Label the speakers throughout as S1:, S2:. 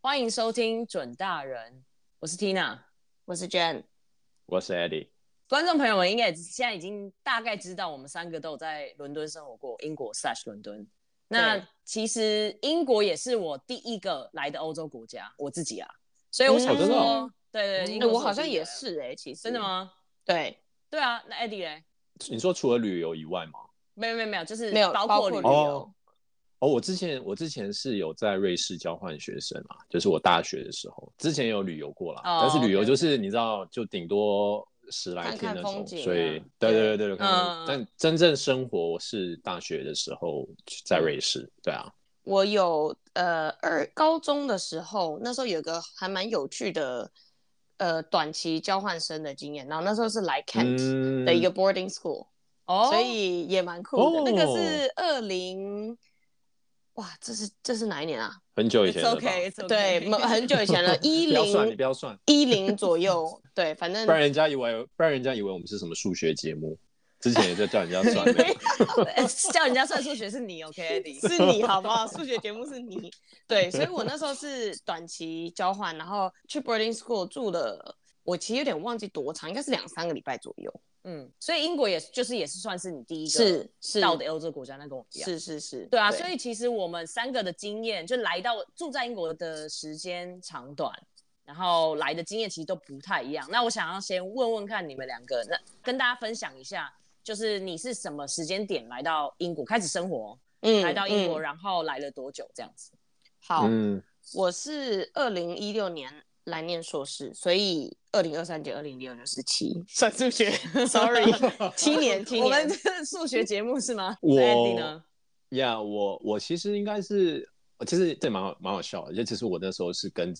S1: 欢迎收听准大人，我是 Tina。
S2: 我是 Jen，
S3: 我是 Eddie，
S1: 观众朋友们应该也现在已经大概知道，我们三个都有在伦敦生活过，英国 slash 伦敦。那
S2: 对
S1: 其实英国也是我第一个来的欧洲国家，我自己啊，所以我想
S2: 嗯
S1: 说，
S2: 真的哦
S1: 对对，
S3: 嗯
S1: 英
S2: 哎、
S1: 国
S2: 我
S1: 是
S2: 好像
S1: 第一个
S2: 也
S1: 来的，
S2: 是哎、其实
S1: 真的？吗？
S2: 对，
S1: 对啊，那 Eddie 嘞？
S3: 你说除了旅游以外吗？
S1: 没有没有没有，就是
S2: 没有
S1: 包
S2: 包
S1: 括
S2: 括
S1: 旅游。
S2: 旅游
S3: 哦，我之前我之前是有在瑞士交换学生啊，就是我大学的时候，之前有旅游过啦。
S1: 哦
S3: 但是旅游
S1: OK，OK
S3: 就是你知道，就顶多十来
S2: 看
S3: 天
S2: 看
S3: 那
S2: 风
S3: 种，
S2: 景
S3: 所以
S2: 啊
S3: 对
S2: 对
S3: 对对对，看看
S1: 嗯
S3: 但真正生活我是大学的时候去在瑞士，对啊，
S2: 我有呃二高中的时候，那时候有个还蛮有趣的呃短期交换生的经验，然后那时候是来 Kent
S3: 嗯
S2: 的一个 boarding school，、
S1: 哦，
S2: 所以也蛮酷的。
S3: 哦
S2: 那个是二零，哇，这是这是哪一年啊？
S3: 很久以
S1: it's
S3: 前了吧
S1: okay，, it's okay
S2: 对，某很久以前 了，一
S3: 不要算，你
S2: 零
S3: 不要算，
S2: 一零左 右，对，反正
S3: 不然人家以为不然人家以为我们是什么数学节目，之前也在叫人家 算那个
S1: 叫人家算数学是你 OK，Eddie。
S2: 是你好不好？数学节目是你，对，所以我那时候是短期交换，然后去 boarding school 住了，我其实有点忘记多长，应该是两三个礼拜左右。
S1: 嗯，所以英国也就是也是算是你第一个
S2: 是是
S1: 到的欧洲国家，那跟我一样。
S2: 是是是，
S1: 对啊，所以其实我们三个的经验，就来到住在英国的时间长短，然后来的经验其实都不太一样。那我想要先问问看你们两个，那跟大家分享一下，就是你是什么时间点来到英国开始生活，
S2: 嗯
S1: 来到英国，
S2: 嗯
S1: 然后来了多久这样子？
S2: 好，
S3: 嗯，
S2: 我是二零一六年来念硕士，所以二零二三减二零六就是七，算数 学，sorry，七年七
S1: 我们
S2: 年，
S1: 这数学节目是吗？
S3: 我
S1: Andy 呢？
S3: 呀我我其实应该是，其实这蛮好蛮好笑的，就其实我那时候是跟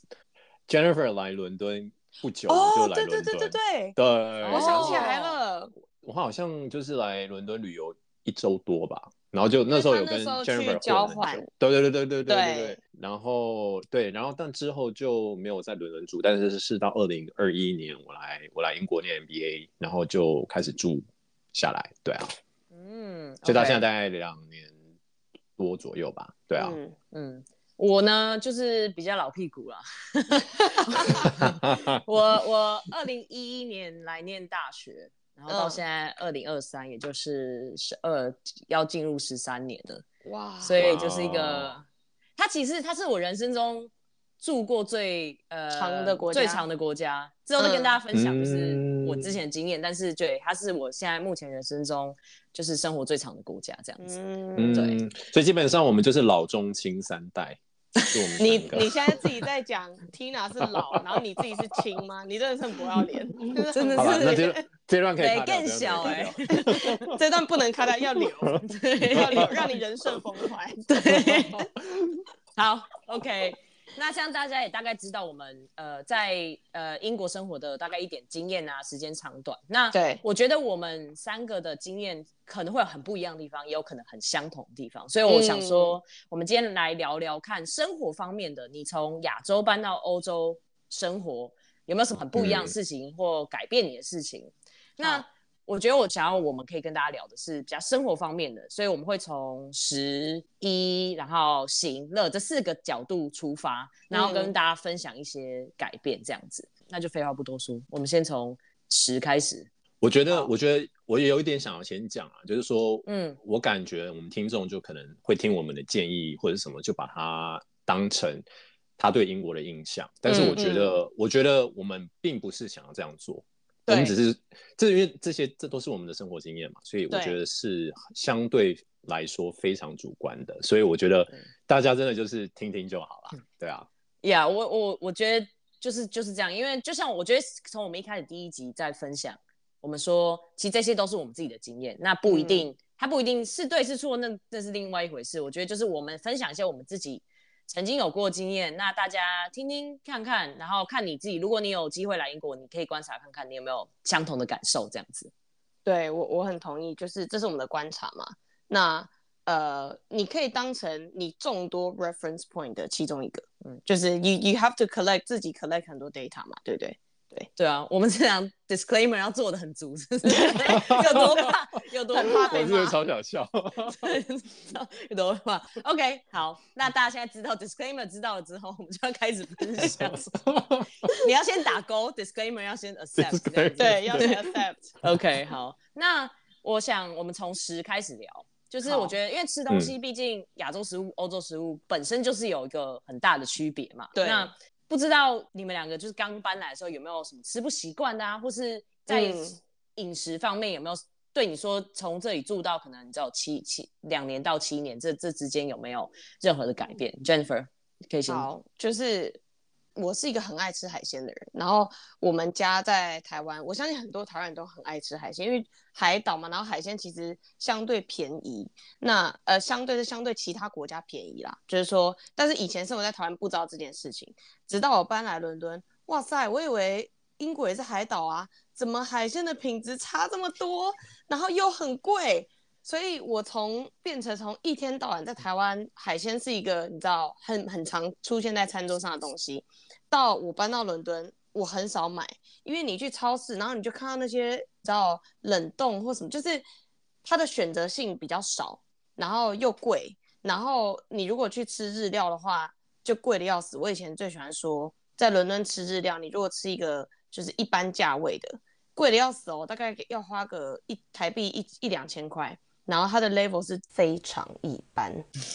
S3: Jennifer 来伦敦不久就来伦敦，
S2: 哦对，
S3: 对
S2: 我想
S1: 哦
S2: 起来了，
S3: 我好像就是来伦敦旅游一周多吧，然后就那时候有
S2: 因为
S3: 跟
S2: 他那时候
S3: Jennifer
S2: 去
S3: 混很
S2: 交
S3: 久
S2: 换，
S3: 对对对对对对对
S2: 对
S3: 对，然后对，然后但之后就没有在伦敦住，但是是到二零二一年我来我来英国念 MBA，然后就开始住下来，对啊，
S1: 嗯，
S3: 所以到
S1: OK
S3: 现在大概两年多左右吧，对啊。
S2: 嗯，
S1: 嗯，我呢就是比较老屁股啦。 我我二零一一年来念大学，然后到
S2: 嗯
S1: 现在二零二三，也就是十二要进入十三年了，
S2: 哇，
S1: 所以就是一个
S2: 哦
S3: 哇，
S1: 它其实它是我人生中住过最呃
S2: 长的国家
S1: 最长的国家。之后再跟
S2: 嗯
S1: 大家分享就是
S3: 嗯
S1: 我之前的经验，但是对，它是我现在目前人生中就是生活最长的国家这样子。
S2: 嗯
S3: 嗯，
S1: 对，
S3: 所以基本上我们就是老中青三代，是我们
S2: 你
S3: 三个
S2: 你现在自己在讲 Tina 是老，然后你自己是亲吗？你真的是很不要脸，
S1: 真的
S3: 好了，那
S1: 是
S3: 这这段可以
S1: 对
S3: 卡掉
S1: 更小哎、
S3: 这段可以卡掉
S2: 这段不能卡掉，要 留，要
S1: 哎
S2: 留，让你人设崩坏。
S1: 对，好，OK。那像大家也大概知道我们呃在呃英国生活的大概一点经验啊，时间长短。那
S2: 对
S1: 我觉得我们三个的经验可能会有很不一样的地方，也有可能很相同的地方。所以我想说，我们今天来聊聊看生活方面的，你从亚洲搬到欧洲生活，有没有什么很不一样的事情或改变你的事情？那我觉得我想要我们可以跟大家聊的是比较生活方面的，所以我们会从食衣，然后行乐这四个角度出发，然后跟大家分享一些改变这样子。那就废话不多说，我们先从食开始。
S3: 我觉得，我觉得我也有一点想要先讲啊，就是说，
S1: 嗯
S3: 嗯，我感觉我们听众就可能会听我们的建议或者什么，就把它当成他对英国的印象。但是我觉
S1: 嗯
S3: 得，我觉得我们并不是想要这样做，我
S2: 对
S3: 们只是这因为这些这都是我们的生活经验嘛，所以我
S2: 对
S3: 觉得是相对来说非常主观的。所以我觉得
S1: 对
S3: 大家真的就是听听就好
S2: 嗯
S3: 了，对啊，
S1: 呀、我我我觉得就是就是这样，因为就像我觉得从我们一开始第一集在分享，我们说其实这些都是我们自己的经验，那不一
S2: 嗯
S1: 定，它不一定是对是错，那那是另外一回事。我觉得就是我们分享一些我们自己曾经有过的经验，那大家听听看看，然后看你自己，如果你有机会来英国，你可以观察看看你有没有相同的感受，这样子。
S2: 对我我很同意，就是这是我们的观察嘛。那呃，你可以当成你众多 reference point 的其中一个，嗯
S1: 嗯，
S2: 就是 you you have to collect 自己 collect 很多 data 嘛，对不对？对
S1: 对啊，我们这样 disclaimer 要做的很足，是 不是有多怕有多
S2: 很
S1: 怕
S2: 怕
S1: 被
S2: 被
S3: 我
S1: 骂
S3: 真的，超 想笑。
S1: 有多怕。OK，好，那大家现在知道 disclaimer 知道了之后，我们就要开始分 享。你要先打勾，disclaimer 要先 accept 这样子。
S2: 对，要 accept。
S1: OK，好，那我想我们从食开始聊，就是我
S2: 好嗯
S1: 觉得，因为吃东西，毕竟亚洲食物、欧洲食物本身就是有一个很大的区别嘛。
S2: 对
S1: 那不知道你们两个就是刚搬来的时候有没有什么吃不习惯的啊，或是在
S2: 嗯
S1: 饮食方面有没有对你说从这里住到可能你知道七七两年到七年这这之间有没有任何的改变？Jennifer 可以先
S2: 好，就是我是一个很爱吃海鲜的人，然后我们家在台湾，我相信很多台湾人都很爱吃海鲜，因为海岛嘛，然后海鲜其实相对便宜，那呃相对是相对其他国家便宜啦，就是说，但是以前生活在台湾不知道这件事情，直到我搬来伦敦，哇塞，我以为英国也是海岛啊，怎么海鲜的品质差这么多，然后又很贵，所以我从变成从一天到晚在台湾，海鲜是一个你知道很很常出现在餐桌上的东西，到我搬到伦敦，我很少买，因为你去超市，然后你就看到那些你知道冷冻或什么，就是它的选择性比较少，然后又贵，然后你如果去吃日料的话，就贵的要死。我以前最喜欢说，在伦敦吃日料，你如果吃一个就是一般价位的，贵的要死哦，大概要花个一台币一一两千块，然后它的 level 是非常一般，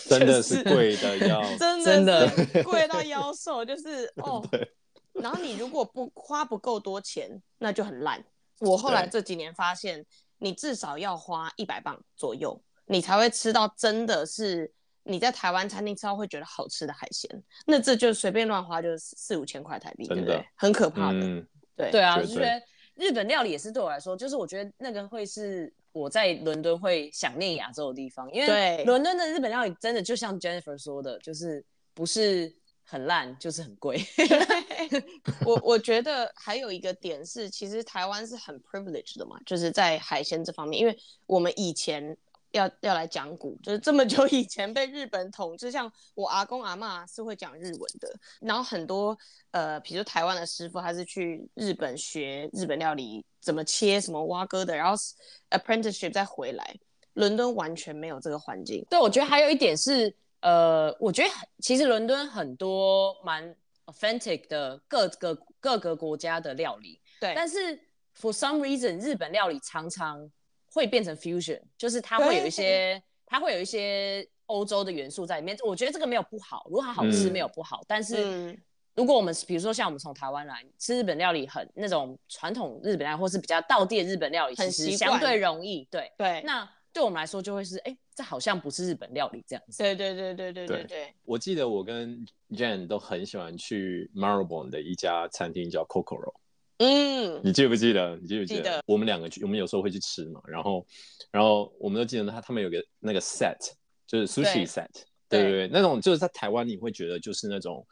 S3: 真的是贵的 要，
S2: 真
S1: 真
S2: 的
S1: 的
S2: 是贵到妖兽， 就是哦。
S3: 对，
S2: 然后你如果不花不够多钱，那就很烂。我后来
S3: 对
S2: 这几年发现，你至少要花一百磅左右，你才会吃到真的是你在台湾餐厅吃到会觉得好吃的海鲜。那这就随便乱花就是四五千块台币，对
S3: 真
S2: 不
S3: 的
S2: 对？很可怕的。
S3: 嗯，
S2: 对
S1: 对啊，
S3: 绝
S1: 我就觉
S3: 对
S1: 得日本料理也是对我来说，就是我觉得那个会是我在伦敦会想念亚洲的地方，因
S2: 对
S1: 为伦敦的日本料理真的就像 Jennifer 说的，就是不是很烂，就是很贵。
S2: 我我觉得还有一个点是，其实台湾是很 privileged 的嘛，就是在海鲜这方面，因为我们以前要要来讲古，就是这么久以前被日本统治，像我阿公阿嬷是会讲日文的，然后很多呃，比如说台湾的师傅，他是去日本学日本料理怎么切什么蛙哥的，然后 apprenticeship 再回来，伦敦完全没有这个环境。
S1: 对，我觉得还有一点是，呃，我觉得很其实伦敦很多蛮 authentic 的各个各个国家的料理，
S2: 对，
S1: 但是 for some reason，日本料理常常会变成 fusion，就是它会有一些， 它会有一些欧洲的元素在里面。我觉得这个没有不好，如果它好吃
S3: 嗯
S1: 没有不好，但是
S2: 嗯
S1: 如果我们比如说像我们从台湾来吃日本料理很，那种传统日本料理或是比较道地的日本料理，
S2: 很
S1: 其实
S2: 习
S1: 相
S2: 惯
S1: 对容易。对，
S2: 对，
S1: 那对我们来说就会是，哎，这好像不是日本料理这样子。
S2: 对对对对对对
S3: 对
S2: 对，
S3: 我记得我跟 Jane 都很喜欢去 Marylebone 的一家餐厅叫 Kokoro。
S2: 嗯，
S3: 你记不记得？你记不记
S2: 记
S3: 得？
S2: 得
S3: 我们两个去，我们有时候会去吃嘛，然后，然后我们都记得他他们有个那个 set，就是 sushi set，对
S2: 对
S3: 对对，那种就是在台湾你会觉得就是那种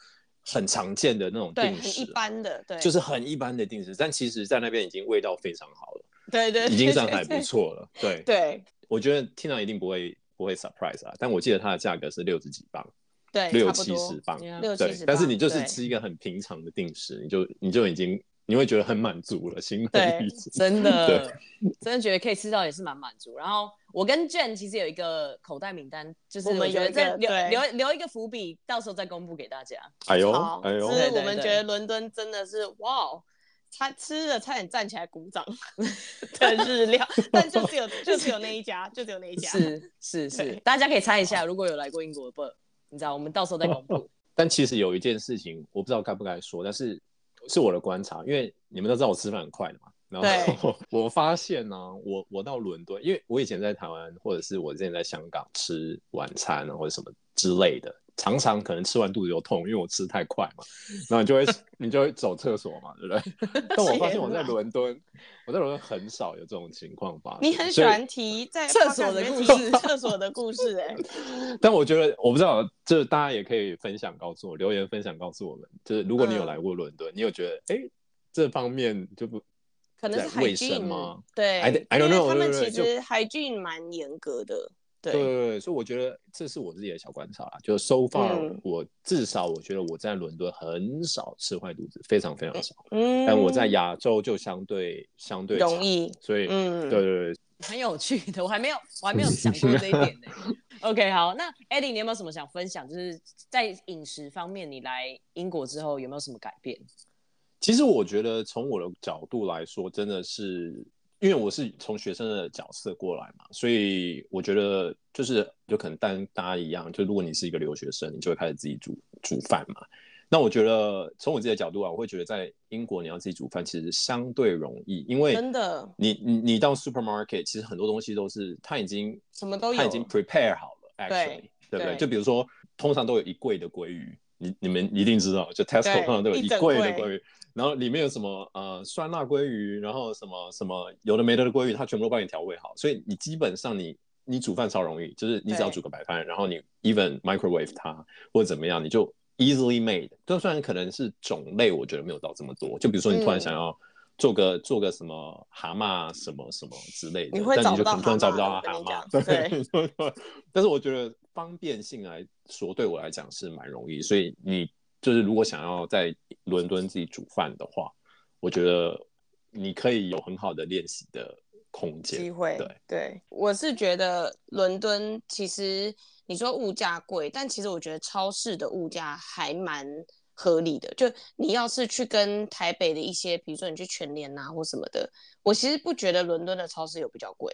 S3: 很常见的那种
S2: 对，
S3: 定
S2: 很一
S3: 食，
S2: 般的，对，
S3: 就是很一般的定食，但其实在那边已经味道非常好了，
S2: 对对，
S3: 已经算还不
S2: 对。
S3: 错了。对，
S2: 对
S3: 我觉得听到一定不会不会 surprise 啊，但我记得它的价格是六十几磅，
S2: 对，
S3: 六
S2: 差不
S3: 七
S2: 多
S3: 十磅，
S1: Yeah
S2: 六七
S3: 对
S2: 十磅，
S3: 但是你就是
S2: 对
S3: 吃一个很平常的定食，你就你就已经你会觉得很满足了，心
S2: 对
S3: 满意足。
S1: 真
S3: 对
S1: 的，真的觉得可以吃到也是蛮满足。然后我跟 Jane 其实有一个口袋名单，就是
S2: 我
S1: 我
S2: 们
S1: 觉
S2: 有
S1: 得
S2: 一
S1: 这
S2: 个
S1: 留
S2: 对
S1: 留留一个伏笔，到时候再公布给大 家。
S3: 哎呦，
S2: 好，
S3: 哎呦
S2: 就，是
S1: 对
S2: 我们
S1: 对
S2: 觉得伦敦真的是哇，差吃了差点站起来鼓 掌的日料，但就只有就只有那一家，就只有那一家，
S1: 是是是
S2: 对，
S1: 大家可以猜一下，如果有来过英国的，你知道，我们到时候再公布。
S3: 但其实有一件事情，我不知道该不该说，但是是我的观察，因为你们都知道我吃饭很快的嘛。然后 我发现呢、我我到伦敦，因为我以前在台湾，或者是我之前在香港吃晚餐啊，或者什么之类的，常常可能吃完肚子有痛，因为我吃太快嘛，然后你就会 你就会走厕所嘛，对不对？ 但我发现我在伦敦， 我在伦敦很少有这种情况发生。
S2: 你很喜
S3: 所以
S2: 欢提在
S1: 厕所的
S2: podcast 里面
S1: 故
S2: 提
S1: 事
S2: 厕所的故事， 哎，
S3: 但我觉得我不知道，这大家也可以分享告诉我，留言分享告诉我们，就是如果你有
S2: 嗯
S3: 来过伦敦，你有觉得哎、诶这方面就不
S2: 可能是
S3: 在卫生
S2: hygiene
S3: 吗？
S2: 对
S3: I don't- I don't
S2: 因为
S3: know，
S2: 他们
S3: 对
S2: 其
S3: 对对就
S2: 实 hygiene 蛮严格的，对
S3: 对对对，所以我觉得这是我自己的小观察啦，就是 so far，、
S2: 嗯
S3: 我至少我觉得我在伦敦很少吃坏肚子，非常非常少。
S2: 嗯，
S3: 但我在亚洲就相对相对
S2: 容
S3: 长，
S2: 易，
S3: 所以、
S2: 嗯，
S3: 对对对，
S1: 很有趣的，我还没有我还没有想过这一 点呢、OK，好，那 Eddie，你有没有什么想分享？就是在饮食方面，你来英国之后有没有什么改变？
S3: 其实我觉得从我的角度来说，真的是因为我是从学生的角色过来嘛，所以我觉得就是就可能跟大家一样，就如果你是一个留学生，你就会开始自己煮煮饭嘛。那我觉得从我自己的角度啊，我会觉得在英国你要自己煮饭其实相对容易，因为
S2: 真的
S3: 你你你到 supermarket，其实很多东西都是它已经
S2: 什么都有
S3: 它已经 prepare 好了，actually，对不
S2: 对
S3: 对？就比如说，通常都有一柜的鲑鱼，你你们一定知道，就 Tesco
S2: 对
S3: 通常都有
S2: 一
S3: 一
S2: 整
S3: 柜的
S2: 柜
S3: 鲑鱼，然后里面有什么呃酸辣鲑鱼，然后什么什么有的没的的鲑鱼，它全部都帮你调味好，所以你基本上你你煮饭超容易，就是你只要
S2: 对
S3: 煮个白饭，然后你 even microwave 它或者怎么样，你就 easily made。就虽然可能是种类，我觉得没有到这么多，就比如说你突然
S2: 嗯
S3: 想要。做个做个什么蛤蟆什么什么之类的，
S2: 你会
S3: 但
S2: 找
S3: 你就
S2: 不到
S3: 可能突然
S2: 蛤
S3: 找不到
S2: 蟆
S3: 蛤
S2: 我跟你
S3: 蟆。
S2: 讲
S3: 对，但是我觉得方便性来说，对我来讲是蛮容易。所以你就是如果想要在伦敦自己煮饭的话，我觉得你可以有很好的练习的空间。
S2: 机会。
S3: 对，
S2: 我是觉得伦敦其实你说物价贵，但其实我觉得超市的物价还蛮合理的。就你要是去跟台北的一些，比如说你去全联啊或什么的，我其实不觉得伦敦的超市有比较贵。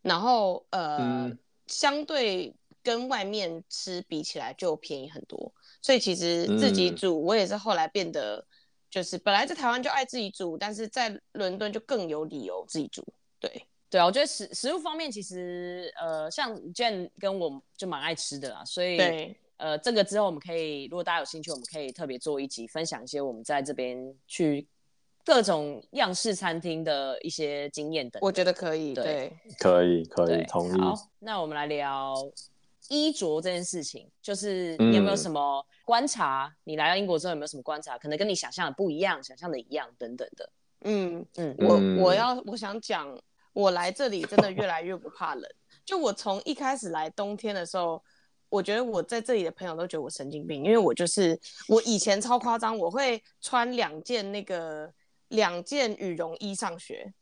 S2: 然后呃，
S3: 嗯
S2: 相对跟外面吃比起来就便宜很多。所以其实自己
S3: 嗯
S2: 煮，我也是后来变得。就是本来在台湾就爱自己煮，但是在伦敦就更有理由自己煮。对，
S1: 对啊，我觉得食食物方面，其实呃，像 Jane 跟我就蛮爱吃的啦，啊所以
S2: 对，
S1: 呃，这个之后我们可以，如果大家有兴趣，我们可以特别做一集，分享一些我们在这边去各种样式餐厅的一些经验等等。
S2: 我觉得可以，
S1: 对
S2: 对，
S3: 可以可
S1: 对，好，那我们来聊衣着这件事情，就是你有没有
S3: 嗯
S1: 什么观察？你来到英国之后有没有什么观察？可能跟你想象的不一样，想象的一样等等的。
S2: 嗯，
S1: 嗯，
S2: 我
S3: 嗯
S2: 我要我想讲，我来这里真的越来越不怕冷。就我从一开始来冬天的时候，我觉得我在这里的朋友都觉得我神经病，因为我就是我以前超夸张，我会穿两件那个两件羽绒衣上学，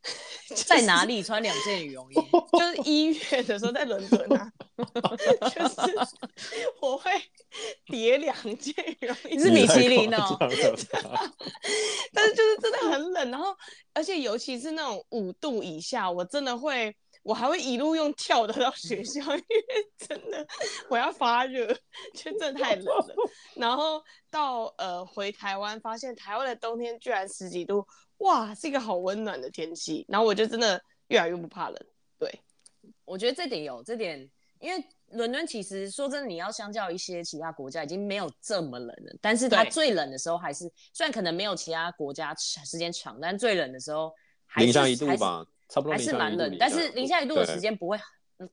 S1: 在哪里穿两件羽绒衣？
S2: 就是一月的时候在伦敦啊， 就是我会叠两件羽绒衣，
S1: 你是米其林哦
S3: 你太夸张了吧
S2: 但是就是真的很冷，然后而且尤其是那种五度以下，我真的会，我还会一路用跳的到学校，因为真的我要发热，就真的太冷了。然后到呃回台湾，发现台湾的冬天居然十几度，哇，是一个好温暖的天气。然后我就真的越来越不怕冷，对，
S1: 我觉得这点有，这点因为伦敦其实说真的，你要相较一些其他国家已经没有这么冷了，但是它
S2: 对
S1: 最冷的时候还是，虽然可能没有其他国家长时间长，但最冷的时候还是
S3: 零下一度
S1: 还是
S3: 吧，差不多
S1: 还
S3: 零
S1: 是
S3: 下
S1: 蛮
S3: 一度
S1: 冷
S3: 以，
S1: 但
S3: 下
S1: 是零下一度的
S3: 对
S1: 时间不会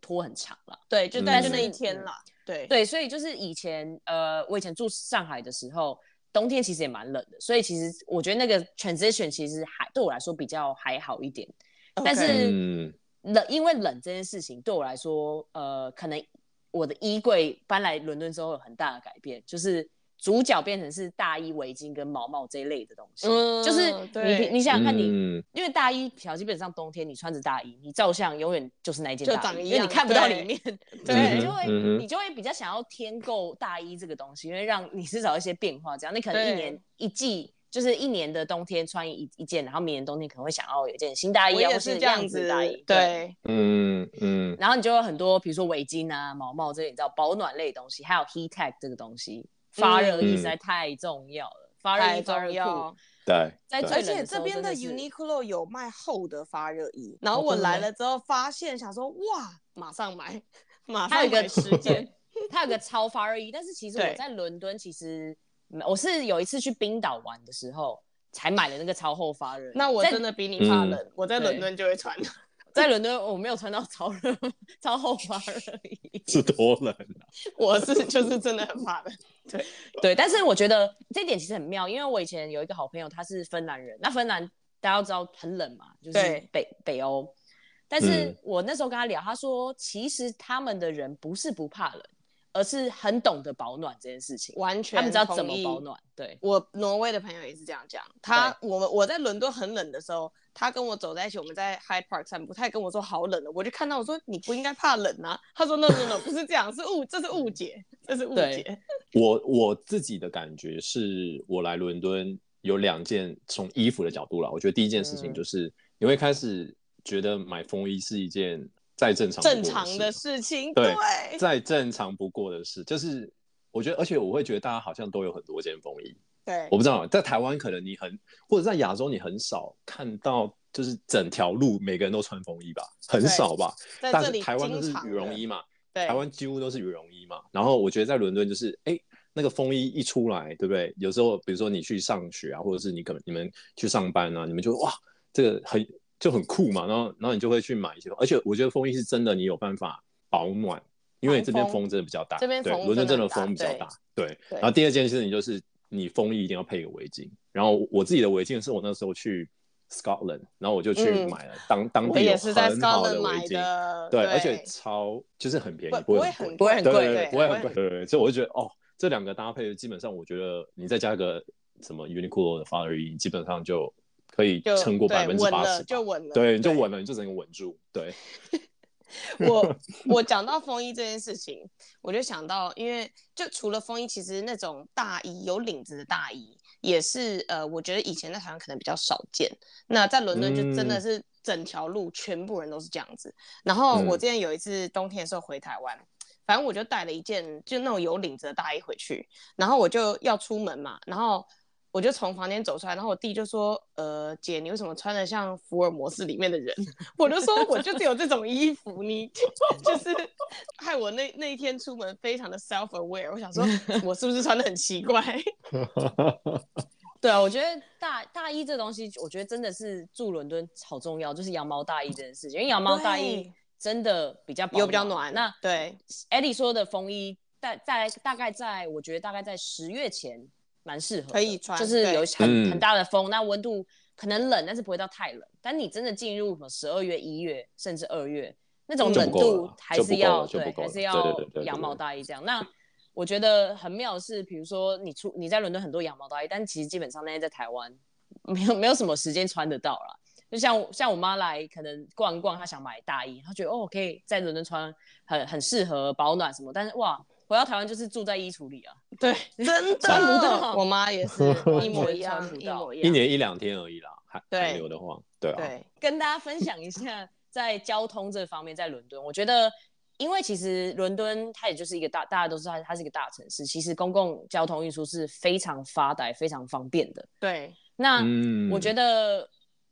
S1: 拖很长了。
S2: 对，就
S3: 嗯
S2: 但就那一天啦，对，
S1: 对，所以就是以前呃，我以前住上海的时候，冬天其实也蛮冷的，所以其实我觉得那个 transition 其实还对我来说比较还好一点。但是
S2: OK
S3: 嗯，
S1: 冷，因为冷这件事情对我来说，呃，可能我的衣柜搬来伦敦之后有很大的改变，就是主角变成是大衣、围巾跟毛毛这一类的东西。
S2: 嗯
S1: 就是
S2: 对
S1: 你你想想看你，
S3: 嗯
S1: 因为大衣条基本上冬天你穿着大衣，你照相永远就是那一件
S2: 就
S1: 大衣，
S2: 长一
S1: 因为
S2: 样，
S1: 你看不到里面。
S2: 面，
S1: 对，
S3: 嗯
S1: 你
S2: 对
S3: 哼
S1: 就会、
S3: 嗯哼
S1: 你就会比较想要添购大衣这个东西，因为让你至少有一些变化。这样你可能一
S2: 对
S1: 年一季，就是一年的冬天穿一一件，然后明年冬天可能会想要有一件新大衣
S2: 我
S1: 啊，
S2: 也
S1: 或
S2: 是
S1: 是
S2: 这样
S1: 子
S2: 子
S1: 的大衣。，
S2: 对。
S3: 嗯嗯，
S1: 然后你就有很多，比如说围巾啊、毛毛这些，你知道保暖类的东西，还有 heat tech 这个东西，发热衣实在太重要了，发热
S2: 太
S1: 衣、发
S2: 重
S1: 热
S2: 要
S1: 裤，，
S3: 对，
S1: 在
S3: 对
S1: 最
S2: 而
S1: 冷
S2: 且
S1: 的时
S2: 这
S1: 候
S2: 边
S1: 真的
S2: 的
S1: 是
S2: Uniqlo 有卖厚的发热衣，然后
S1: 哦
S2: 我
S1: 真的
S2: 来
S1: 吗
S2: 了之后发现，想说哇，马上买，马
S1: 它有一个
S2: 上买十件。
S1: 它有个超发热衣，但是其实
S2: 对
S1: 我在伦敦，其实嗯我是有一次去冰岛玩的时候才买了那个超厚发热衣。
S2: 那我
S1: 在
S2: 真的比你怕
S3: 嗯
S2: 冷，我在伦
S1: 对
S2: 敦就会穿。
S1: 在伦敦我没有穿到超热 超厚发热衣，
S3: 是多冷啊！
S2: 我是就是真的很怕冷。
S1: 对，但是我觉得这点其实很妙，因为我以前有一个好朋友，他是芬兰人，那芬兰大家都知道很冷嘛，就是
S2: 对
S1: 北北欧。但是
S3: 嗯
S1: 我那时候跟他聊，他说其实他们的人不是不怕冷，而是很懂得保暖这件事情，
S2: 完全
S1: 他们知道
S2: 同
S1: 怎么
S2: 意
S1: 保暖。对，
S2: 我挪威的朋友也是这样讲，他我们我在伦敦很冷的时候，他跟我走在一起，我们在 Hyde Park 散步，他也跟我说好冷了，哦我就看到我说你不应该怕冷啊，他说 no no no 不是这样，是误这是误解，这是误解，
S3: 我我自己的感觉是，我来伦敦有两件，从衣服的角度啦，我觉得第一件事情
S1: 嗯
S3: 就是、你会开始觉得买风衣是一件再正常不
S2: 正
S3: 过
S2: 常的
S3: 事，
S2: 事情，
S3: 对
S2: 对，
S3: 再正常不过的事，就是我觉得，而且我会觉得大家好像都有很多件风衣，
S2: 对
S3: 我不知道在台湾可能你很，或者在亚洲你很少看到，就是整条路每个人都穿风衣吧，很
S2: 对
S3: 少吧，
S2: 在
S3: 但
S2: 这
S3: 是
S2: 里
S3: 台湾都
S2: 经
S3: 是
S2: 常
S3: 羽绒
S2: 的
S3: 衣嘛，
S2: 对
S3: 台湾几乎都是羽绒衣嘛。然后我觉得在伦敦就是，哎、那个风衣一出来，对不对？有时候比如说你去上学啊，或者是你可能你们去上班啊，你们就哇，这个很就很酷嘛。然后然后你就会去买一些，而且我觉得风衣是真的，你有办法保暖，因为
S2: 防
S3: 这边
S2: 风
S3: 风真的比较大，
S2: 这边
S3: 对
S2: 风
S3: 伦敦
S2: 真
S3: 真
S2: 的
S3: 的
S2: 很
S3: 风比
S2: 大
S3: 较大，对。
S2: 对
S3: 然后第二件事情就是你风衣一定要配个围巾。然后我我自己的围巾是我那时候去 Scotland，然后我就去
S2: 嗯
S3: 买了当当
S2: 我
S3: 地有
S2: 也是在
S3: 很好
S2: Scotland
S3: 的围
S2: 买
S3: 巾。
S2: 的，
S3: 对，而且超就是很便宜，
S2: 不不会
S3: 会
S2: 很
S3: 很
S2: 贵
S3: 贵，对
S2: 对
S3: 对，
S2: 不
S3: 不
S2: 会
S3: 会
S2: 很
S3: 很贵，对对，对所以我就觉得哦，这两个搭配基本上，我觉得你再加个什么 Uniqlo 的发热衣，基本上就可以
S2: 就
S3: 撑过
S2: 对
S3: 百分之
S2: 稳
S3: 八
S2: 了
S3: 十，
S2: 就稳了，
S3: 对，你就稳了，你就整个稳住， 对，
S2: 我我讲到风衣这件事情，我就想到，因为就除了风衣，其实那种大衣有领子的大衣，也是呃，我觉得以前在台湾可能比较少见。那在伦敦就真的
S3: 嗯
S2: 是整条路全部人都是这样子。然后我
S3: 嗯
S2: 之前有一次冬天的时候回台湾，反正我就带了一件就那种有领子的大衣回去，然后我就要出门嘛，然后。我就从房间走出来，然后我弟就说：“呃，姐，你为什么穿的像福尔摩斯里面的人？” 我就说我就只有这种衣服，你 就是害我那那一天出门非常的 self aware。我想 说，我是不是穿的很奇怪？
S1: 对啊，我觉得大大衣这东西，我觉得真的是住伦敦好重要，就是羊毛大衣这件事情，因为羊毛大衣
S2: 对
S1: 真的比较保
S2: 有比较暖，
S1: 那
S2: 对
S1: Eddie 说的风衣，大大大概在我觉得大概在十月前蛮适合的，
S2: 可以穿
S1: 就是有很
S3: 嗯
S1: 很大的风，那温度可能冷，但是不会到太冷。但你真的进入什么十二月、一月，甚至二月，那种
S3: 就
S1: 冷
S3: 不够了
S1: 度
S3: 啦
S1: 还
S3: 就不
S1: 是
S3: 够
S1: 要
S3: 了就
S1: 对
S3: 不，够
S1: 还
S3: 了
S1: 是
S3: 对对
S1: 要
S3: 对对对
S1: 羊毛
S3: 对
S1: 大衣这样。那我觉得很妙的是，比如说你出你在伦敦很多羊毛大衣，但其实基本上那些在台湾没有没有什么时间穿得到啦。就像我像我妈来，可能逛一逛，她想买大衣，她觉得哦可以在伦敦穿很很适合保暖什么，但是哇，回到台湾就是住在衣橱里 啊，
S2: 对，真的，
S1: 穿不到
S2: 我妈也是一模一样
S1: 完全穿，不
S2: 一
S1: 到
S2: 模一
S3: 一
S2: 样。
S3: 年一两天而已啦，还
S2: 对
S3: 还有的话，对啊，
S2: 对，
S1: 跟大家分享一下在交通这方面，在伦敦，我觉得，因为其实伦敦它也就是一个大，大家都知道它它是一个大城市，其实公共交通运输是非常发达、非常方便的。
S2: 对，
S1: 那、
S3: 嗯
S1: 我觉得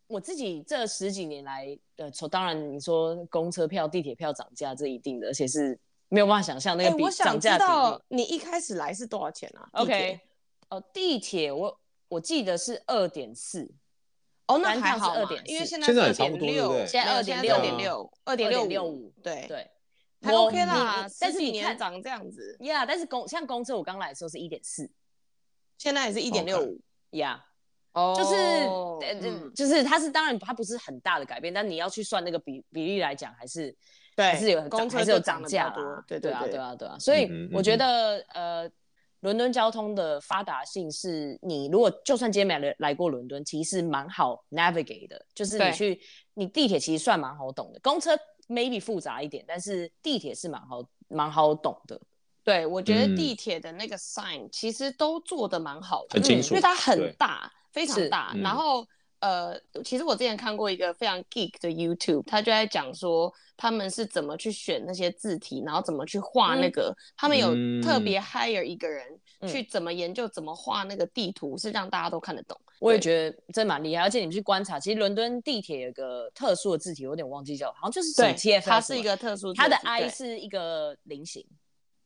S1: 我自己这十几年来，呃，从当然你说公车票、地铁票涨价，这一定的，而且是没有办法想象那
S2: 哎，
S1: 个比、
S2: 我想
S1: 涨
S2: 知
S1: 价比例
S2: 道。你一开始来是多少钱啊
S1: OK，呃，地铁我我记得是二点四，
S2: 哦，那
S1: 单
S2: 还
S1: 趟是
S2: 好嘛，
S1: 2.4
S2: 因为现在
S3: 现在
S2: 二
S3: 也差不
S2: 点
S3: 多对不
S2: 六，
S3: 对
S1: 现在
S2: 二
S3: 2.6
S2: 点六，二点六五
S1: 2.65，
S2: 对，
S1: 对。
S2: 哎还
S1: 我
S2: OK
S1: 你。
S2: 啦
S1: 但
S2: 但
S1: 是
S2: 是
S1: 你
S2: 年
S1: 看
S2: 长这样子，
S1: 呀，但是公像公车，我刚来的时候是一点四
S2: 现
S1: 哦
S2: 在也是一点六五，
S1: 呀，
S2: 哦
S1: 就是、呃呃就是它是当然它不是很大的改变，但你要去算那个比比例来讲，还是
S2: 对
S1: 还是有很
S2: 公
S1: 涨
S2: 车
S1: 还是有
S2: 就涨
S1: 涨
S2: 得
S1: 价
S2: 比较多
S1: 啦，
S2: 对对
S1: 对啊
S2: 对
S1: 对啊对啊，所以
S3: 嗯嗯
S1: 我觉
S3: 嗯
S1: 得呃。伦敦交通的发达性是你如果就算今天没来来过伦敦，其实蛮好 navigate 的，就是
S2: 对
S1: 你去你地铁其实算蛮好懂的，公车 maybe 复杂一点，但是地铁是蛮好蛮好懂的。
S2: 对，我觉得
S3: 嗯
S2: 地铁的那个 sign 其实都做的蛮好的，
S3: 很
S1: 清
S2: 嗯
S3: 楚
S2: 因为它很
S3: 对
S2: 大，非常
S1: 是
S2: 大。
S3: 嗯
S2: 然后呃，其实我之前看过一个非常 geek 的 YouTube，他就在讲说他们是怎么去选那些字体，然后怎么去画那
S1: 嗯
S2: 个，他们有特
S3: 嗯
S2: 别 hire 一个人、
S1: 嗯
S2: 去怎么研究怎么画那个地图，是让大家都看得懂。
S1: 我也
S2: 对
S1: 觉得这蛮厉害，而且你们去观察，其实伦敦地铁有个特殊的字体，我有点忘记叫，好像就是什么 TFL，
S2: 它是
S1: 什么
S2: 一个特殊字体，
S1: 它的
S2: 对
S1: I 是一个菱形。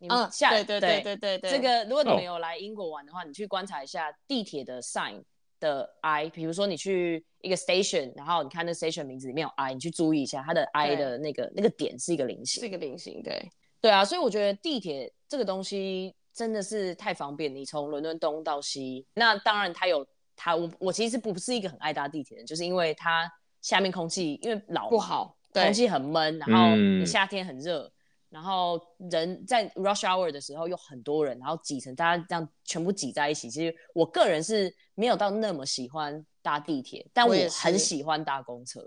S1: 你
S2: 嗯
S1: 们，下
S2: 对对对对对对，
S1: 这个如果你们
S3: 哦
S1: 有来英国玩的话，你去观察一下地铁的 sign 的 I，比如说你去一个 station，然后你看那 station 名字里面有 I，你去注意一下它的 I
S2: 对
S1: 的那个那个点是一个菱形
S2: 是一。个菱形，对
S1: 对啊，所以我觉得地铁这个东西真的是太方便。你从伦敦东到西，那当然它有它，我我其实不是一个很爱搭地铁的人，就是因为它下面空气因为老
S2: 不
S1: 嘛，
S2: 好，对
S1: 空气很闷，然后
S3: 嗯
S1: 你夏天很热，然后人在 rush hour 的时候又很多人，然后挤成大家这样全部挤在一起。其实我个人是没有到那么喜欢搭地铁，但
S2: 我
S1: 我
S2: 也是
S1: 很喜欢搭公车。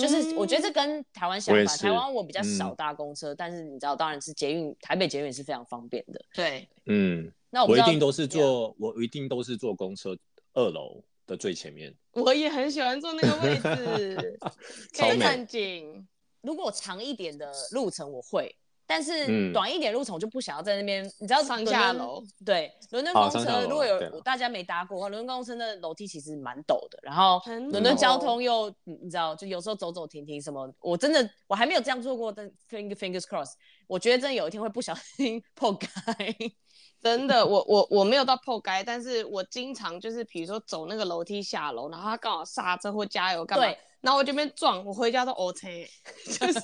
S1: 就是我觉
S2: 嗯
S1: 得这跟台湾相
S3: 我也
S1: 反，
S3: 是
S1: 台湾我比较
S3: 嗯
S1: 少搭公车，但是你知道，当然是捷运，台北捷运也是非常方便的。
S2: 对，
S3: 嗯，
S1: 那我不
S3: 我
S1: 知
S3: 一
S1: 道
S3: 定都是坐，我一定都是坐公车二楼的最前面，
S2: 我也很喜欢坐那个位 置，
S3: 超
S2: 可以
S3: 美
S2: 看景。
S1: 如果长一点的路程我会，但是
S3: 嗯
S1: 短一点路程我就不想要在那边，你知道
S2: 上
S1: 伦敦
S2: 下 楼，
S1: 对，伦敦
S3: 哦
S1: 公
S3: 上下
S1: 车
S3: 楼
S1: 如果
S3: 对
S1: 有
S3: 了
S1: 大家没搭过的话，伦敦公车的楼梯其实蛮陡的，然后
S2: 很
S1: 伦敦
S2: 陡
S1: 交通又你你知道，就有时候走走停停什么，我真的我还没有这样做过，但 finger fingers cross，我觉得真的有一天会不小心 破开。
S2: 真的，我我我没有到破街，但是我经常就是比如说走那个楼梯下楼，然后他刚好刹车或加油干嘛
S1: 对，
S2: 然后我这边撞，我回家都 OK，就是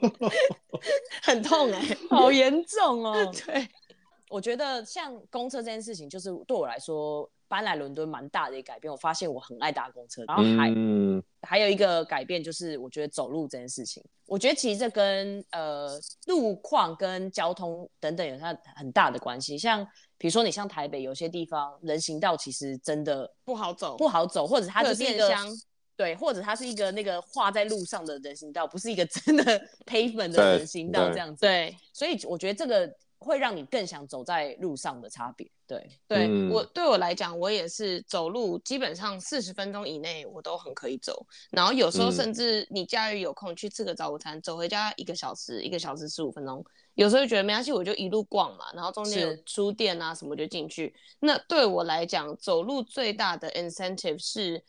S2: 很痛哎、
S1: 好严重哦！
S2: 对，
S1: 我觉得像公车这件事情，就是对我来说搬来伦敦蛮大的一个改变。我发现我很爱搭公车，然后还、
S3: 嗯，
S1: 还有一个改变就是，我觉得走路这件事情，我觉得其实这跟呃路况跟交通等等有它很大的关系。像比如说你像台北有些地方人行道其实真的
S2: 不好走，
S1: 不好走，或者它
S2: 会有
S1: 就是一
S2: 电
S1: 个
S2: 箱
S1: 对，或者它是一个那个画在路上的人行道，不是一个真的 pavement 的
S3: 对
S1: 人行道
S3: 对
S1: 这样子。
S2: 对。
S1: 所以我觉得这个会让你更想走在路上的差别。对，
S2: 对、
S3: 嗯
S2: 我对我来讲，我也是走路，基本上四十分钟以内我都很可以走。然后有时候
S3: 嗯
S2: 甚至你假日有空去吃个早午餐，走回家一个小时，一个小时十五分钟。有时候就觉得没关系，我就一路逛嘛，然后中间有
S1: 是
S2: 书店啊什么就进去。那对我来讲，走路最大的 incentive 是，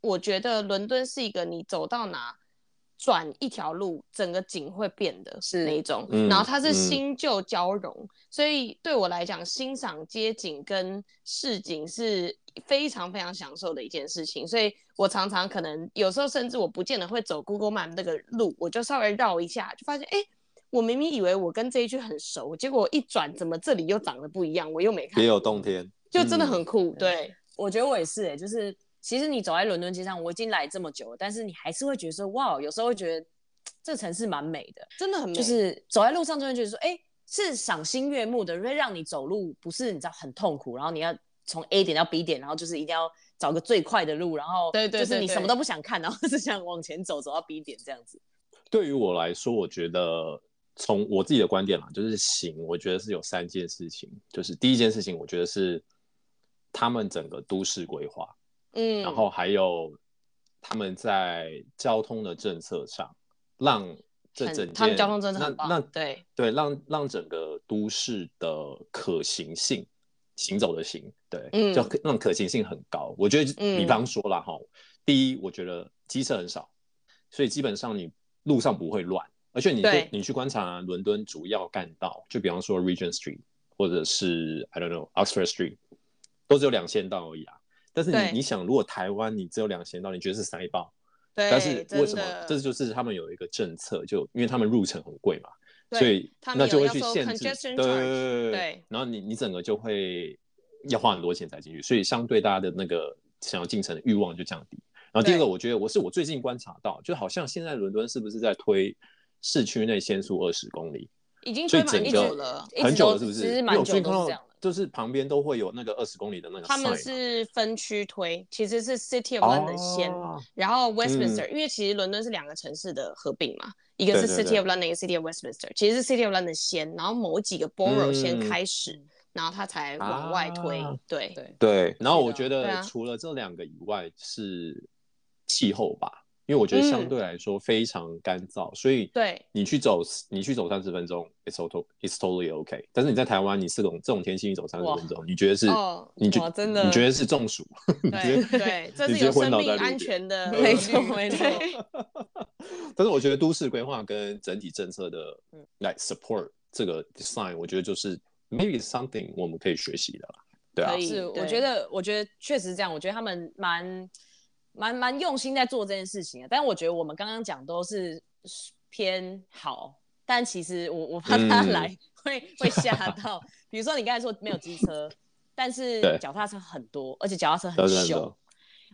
S2: 我觉得伦敦是一个你走到哪转一条路，整个景会变的
S1: 是
S2: 那一种。
S3: 嗯
S2: 然后它是
S3: 嗯
S2: 新旧交融，所以对我来讲，欣赏街景跟市景是非常非常享受的一件事情。所以我常常可能有时候甚至我不见得会走 Google Map 那个路，我就稍微绕一下，就发现哎。诶我明明以为我跟这一区很熟，结果一转，怎么这里又长得不一样？我又没看，
S3: 别有洞天，
S2: 就真的很酷。
S1: 嗯
S2: 对，
S1: 我觉得我也是、欸，就是其实你走在伦敦街上，我已经来这么久了，但是你还是会觉得说，哇，哦有时候会觉得嘖这城市蛮美的，
S2: 真的很美。
S1: 就是走在路上就会觉得说，哎、是赏心悦目的，会让你走路不是你知道很痛苦，然后你要从 A 点到 B 点，然后就是一定要找个最快的路，然后
S2: 对对
S1: 就是
S2: 对
S1: 你
S2: 对
S1: 什么都不想看，然后 只想往前走，走到 B 点这样子。
S3: 对于我来说，我觉得从我自己的观点啦，就是行，我觉得是有三件事情，就是第一件事情，我觉得是他们整个都市规划，
S2: 嗯，
S3: 然后还有他们在交通的政策上，让这
S2: 很
S3: 整件
S2: 他们交通真的
S3: 那
S2: 很棒。
S3: 那
S2: 对，
S3: 对，让让整个都市的可行性，行走的行，对，
S2: 嗯
S3: 就可让可行性很高。我觉得，
S2: 嗯
S3: 比方说啦，哈、第一，我觉得机车很少，所以基本上你路上不会乱，而且你
S2: 对
S3: 对你去观察伦敦主要干道，就比方说 Regent Street 或者是 I don't know Oxford Street，都只有两线道而已啊。但是
S2: 对
S3: 你你想，如果台湾你只有两线道，你觉得是塞爆？
S2: 对，
S3: 但是为
S2: 真
S3: 什么
S2: 的？
S3: 这就是他们有一个政策，就因为他们入城很贵嘛，
S2: 对
S3: 所以
S2: 他们
S3: 那
S2: 有
S3: 就会
S2: 要
S3: 去
S2: 收
S3: 限制，
S2: congestion
S3: 对
S2: charge，
S3: 对
S2: 对
S3: 然后你你整个就会要花很多钱才进去，所以相对大家的那个想要进城的欲望就降低。然后第二个，
S2: 对
S3: 我觉得我是我最近观察到，就好像现在伦敦是不是在推市区内限速二十公里，
S2: 已经
S3: 所
S2: 推满
S3: 以整
S2: 一
S3: 个
S2: 久了，
S1: 一直
S3: 很久
S1: 都
S3: 了是不是？
S1: 其实
S3: 因
S1: 蛮
S3: 为我最近
S1: 久
S3: 看
S1: 都是
S3: 到
S1: 这样的
S3: 就是旁边都会有那个二十公里的那个 sign 嘛，
S2: 他们是分区推，其实是 City of London 先，
S3: 哦嗯
S2: 然后 Westminster，、因为其实伦敦是两个城市的合并嘛，一个
S3: 对
S2: 是
S3: 对
S2: City
S3: 对
S2: of London，一个 City of Westminster，其实是 City of London 先，然后某几个 borough
S3: 嗯
S2: 先开始，然后它才往外推。
S3: 啊
S2: 对，
S1: 对，
S3: 对，然后
S1: 是
S3: 我
S1: 的
S3: 觉
S2: 对
S3: 得
S2: 啊
S3: 除了这两个以外是气候吧，因为我觉得相
S2: 嗯
S3: 对来说非常干燥，所以
S2: 对
S3: 你去走你去走三十分钟，it's o t it's totally okay。但是你在台湾，你这种这种天气你走三十
S1: 哇
S3: 分钟，你觉得是
S2: 哦
S3: 你
S1: 哇
S3: 觉
S1: 真的
S3: 你觉得是中暑， 你觉
S2: 对
S3: 得
S2: 对，这
S3: 你
S2: 是
S3: 直接
S2: 有
S3: 昏
S2: 生
S3: 倒
S2: 命
S3: 在路
S2: 安
S3: 边
S2: 全的
S1: 没错
S2: 疑虑
S1: 没错
S2: 对
S3: 但是我觉得都市规划跟整体政策的
S1: 嗯
S3: 来 support 这个 design，我觉得就是 maybe something 我们可以学习的啦。对啊
S2: 可，以
S1: 是，我
S2: 对
S1: 觉得，我觉得确实这样。我觉得他们蛮蛮蛮用心在做这件事情的，但我觉得我们刚刚讲都是偏好，但其实我我怕他
S3: 嗯
S1: 来、 会会吓到。比如说你刚才说没有机车，但是
S3: 对
S1: 脚踏车很多，而且脚踏车很
S3: 当然
S1: 凶
S3: 了。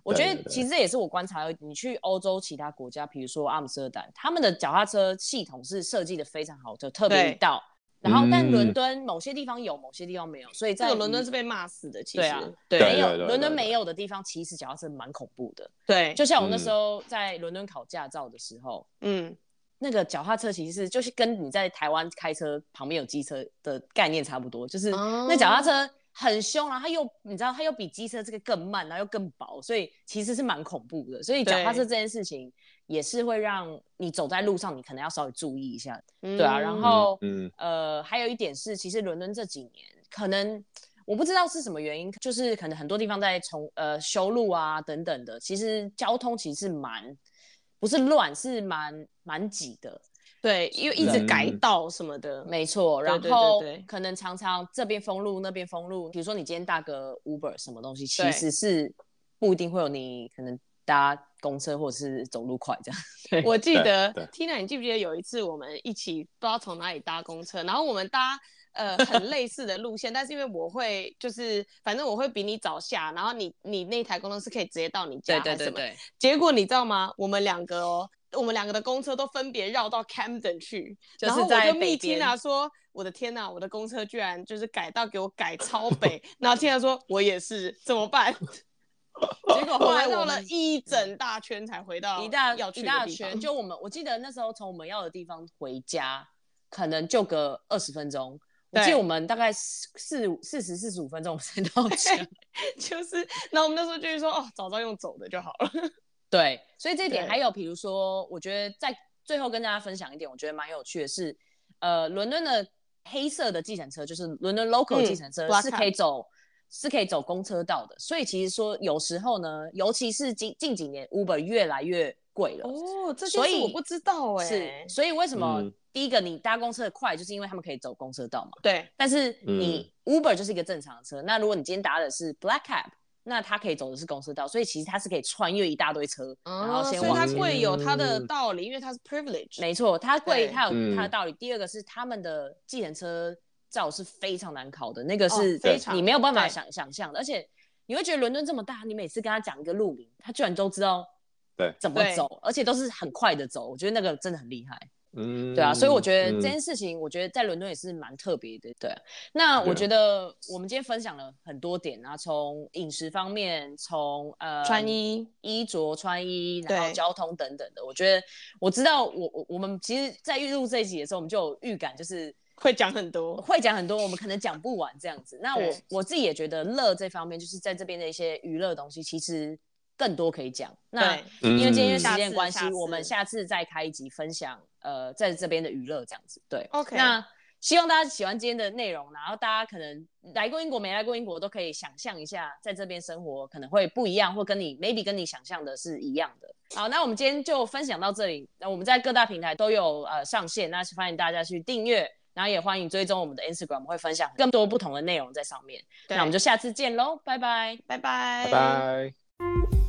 S1: 我觉
S3: 对
S1: 得
S3: 对对
S1: 其实这也是我观察，你去欧洲其他国家，比如说阿姆斯特丹，他们的脚踏车系统是设计的非常好，就特别
S2: 对
S1: 一道。然后，但伦
S3: 嗯
S1: 敦某些地方有，某些地方没有，所以
S2: 这
S1: 在
S2: 个伦敦
S1: 于
S2: 是被骂死的，其
S1: 对
S2: 实
S1: 啊
S2: 对
S1: 没有
S3: 对对对
S1: 伦敦
S3: 对
S1: 没有的地方，其实脚踏车蛮恐怖的。
S2: 对，
S1: 就像我那时
S3: 嗯
S1: 候在伦敦考驾照的时候，
S2: 嗯，
S1: 那个脚踏车其实是就是跟你在台湾开车旁边有机车的概念差不多，就是
S2: 哦
S1: 那脚踏车很凶，啊然后它又你知道它又比机车这个更慢，然后又更薄，所以其实是蛮恐怖的。所以脚踏车
S2: 对
S1: 这件事情也是会让你走在路上，你可能要稍微注意一下。
S2: 对
S1: 对啊然后
S3: 嗯，
S1: 呃，还有一点是，其实伦敦这几年可能我不知道是什么原因，就是可能很多地方在重呃修路啊等等的，其实交通其实是蛮不是乱，是蛮蛮挤的，
S2: 对，因为一直
S3: 嗯
S2: 改道什么的，
S1: 没错。
S2: 对
S1: 然
S2: 对对
S1: 后
S2: 对
S1: 可能常常这边封路那边封路，比如说你今天搭个 Uber 什么东西，其
S2: 对
S1: 实是不一定会有你可能搭公车或者是走路快这样。对
S2: 我记
S3: 对
S2: 得
S3: 对
S2: Tina，你记不记得有一次我们一起不知道从哪里搭公车，然后我们搭呃 很类似的路线，但是因为我会就是反正我会比你早下，然后你你那台公车是可以直接到你家还是什么。
S1: 对，
S2: 结果你知道吗？我们两个哦，我们两个的公车都分别绕到 Camden 去，
S1: 就啊
S2: 然
S1: 是
S2: 后我
S1: 在
S2: 就
S1: 北
S2: 密
S1: 边
S2: Tina 说。我的天呐，我的公车居然就是改道给我改超 北，然后 Tina 说我也是，怎么办？
S1: 结果 后
S2: 后
S1: 来
S2: 来
S1: 我
S2: 绕
S1: 们嗯
S2: 了一整大圈才回到
S1: 一大
S2: 要去
S1: 一
S2: 的
S1: 大
S2: 地
S1: 圈，
S2: 方
S1: 就我们我记得那时候从我们要的地方回家，可能就个二十分钟。我记得
S2: 对
S1: 我们大概四四四十四十五分钟我们才到 家。
S2: 就是，那我们那时候就是说，哦，早知道用走的就好了。
S1: 对，所以这一点
S2: 对
S1: 还有，比如说，我觉得在最后跟大家分享一点，我觉得蛮有趣的是，呃，伦敦的黑色的计程车，就是伦敦 local
S2: 嗯
S1: 计程车、
S2: ，black
S1: 是可以走。是可以走公车道的，所以其实说有时候呢，尤其是近近几年 Uber 越来越贵了，
S2: 哦，这
S1: 件事我不
S2: 知道欸
S1: 是，所以为什么、
S3: 嗯
S1: 第一个你搭公车的快，就是因为他们可以走公车道嘛。
S2: 对
S1: 但是
S3: 嗯
S1: 你 Uber 就是一个正常的车，那如果你今天搭的是 Black Cab，那它可以走的是公车道，所以其实它是可以穿越一大堆车，然后先
S2: 所以
S1: 往
S2: 它
S1: 前。
S2: 贵有它的
S3: 嗯
S2: 道理，因为它是 privilege。
S1: 没错，它贵，
S2: 对
S1: 它有
S3: 嗯
S1: 它的道理。第二个是他们的计程车照是非常难考的，那个是
S2: 哦非常
S1: 你没有办法
S2: 对
S1: 想想象的，而且你会觉得伦敦这么大，你每次跟他讲一个路名，他居然都知道
S3: 对
S1: 怎么
S2: 对
S1: 走，而且都是很快的走，我觉得那个真的很厉害。
S3: 嗯，
S1: 对啊，所以我觉得这
S3: 嗯
S1: 件事情，我觉得在伦敦也是蛮特别的。对啊、那
S3: 对啊
S1: 我觉得我们今天分享了很多点啊，从饮食方面，从呃
S2: 穿、衣，
S1: 衣着、穿衣，然后
S2: 对
S1: 交通等等的。我觉得我知道我，我我们其实，在预录这一集的时候，我们就有预感，就是
S2: 会讲很多。
S1: 会讲很多，我们可能讲不完这样子。那我
S2: 对
S1: 我自己也觉得乐这方面，就是在这边的一些娱乐东西，其实更多可以讲。那
S2: 对，
S3: 嗯
S1: 因为今天
S3: 嗯
S1: 时间关
S2: 下
S1: 系，
S2: 次
S1: 我们下次再开一集分享，呃，在这边的娱乐这样子。对
S2: OK
S1: 那希望大家喜欢今天的内容，然后大家可能来过英国没来过英国都可以想象一下，在这边生活可能会不一样，或跟你 maybe 跟你想象的是一样的。好，那我们今天就分享到这里。那我们在各大平台都有呃上线，那欢迎大家去订阅，然后也欢迎追踪我们的 Instagram，我们会分享更多不同的内容在上面。那我们就
S2: 就
S1: 下次见喽，拜拜。
S2: 拜拜，
S3: 拜拜。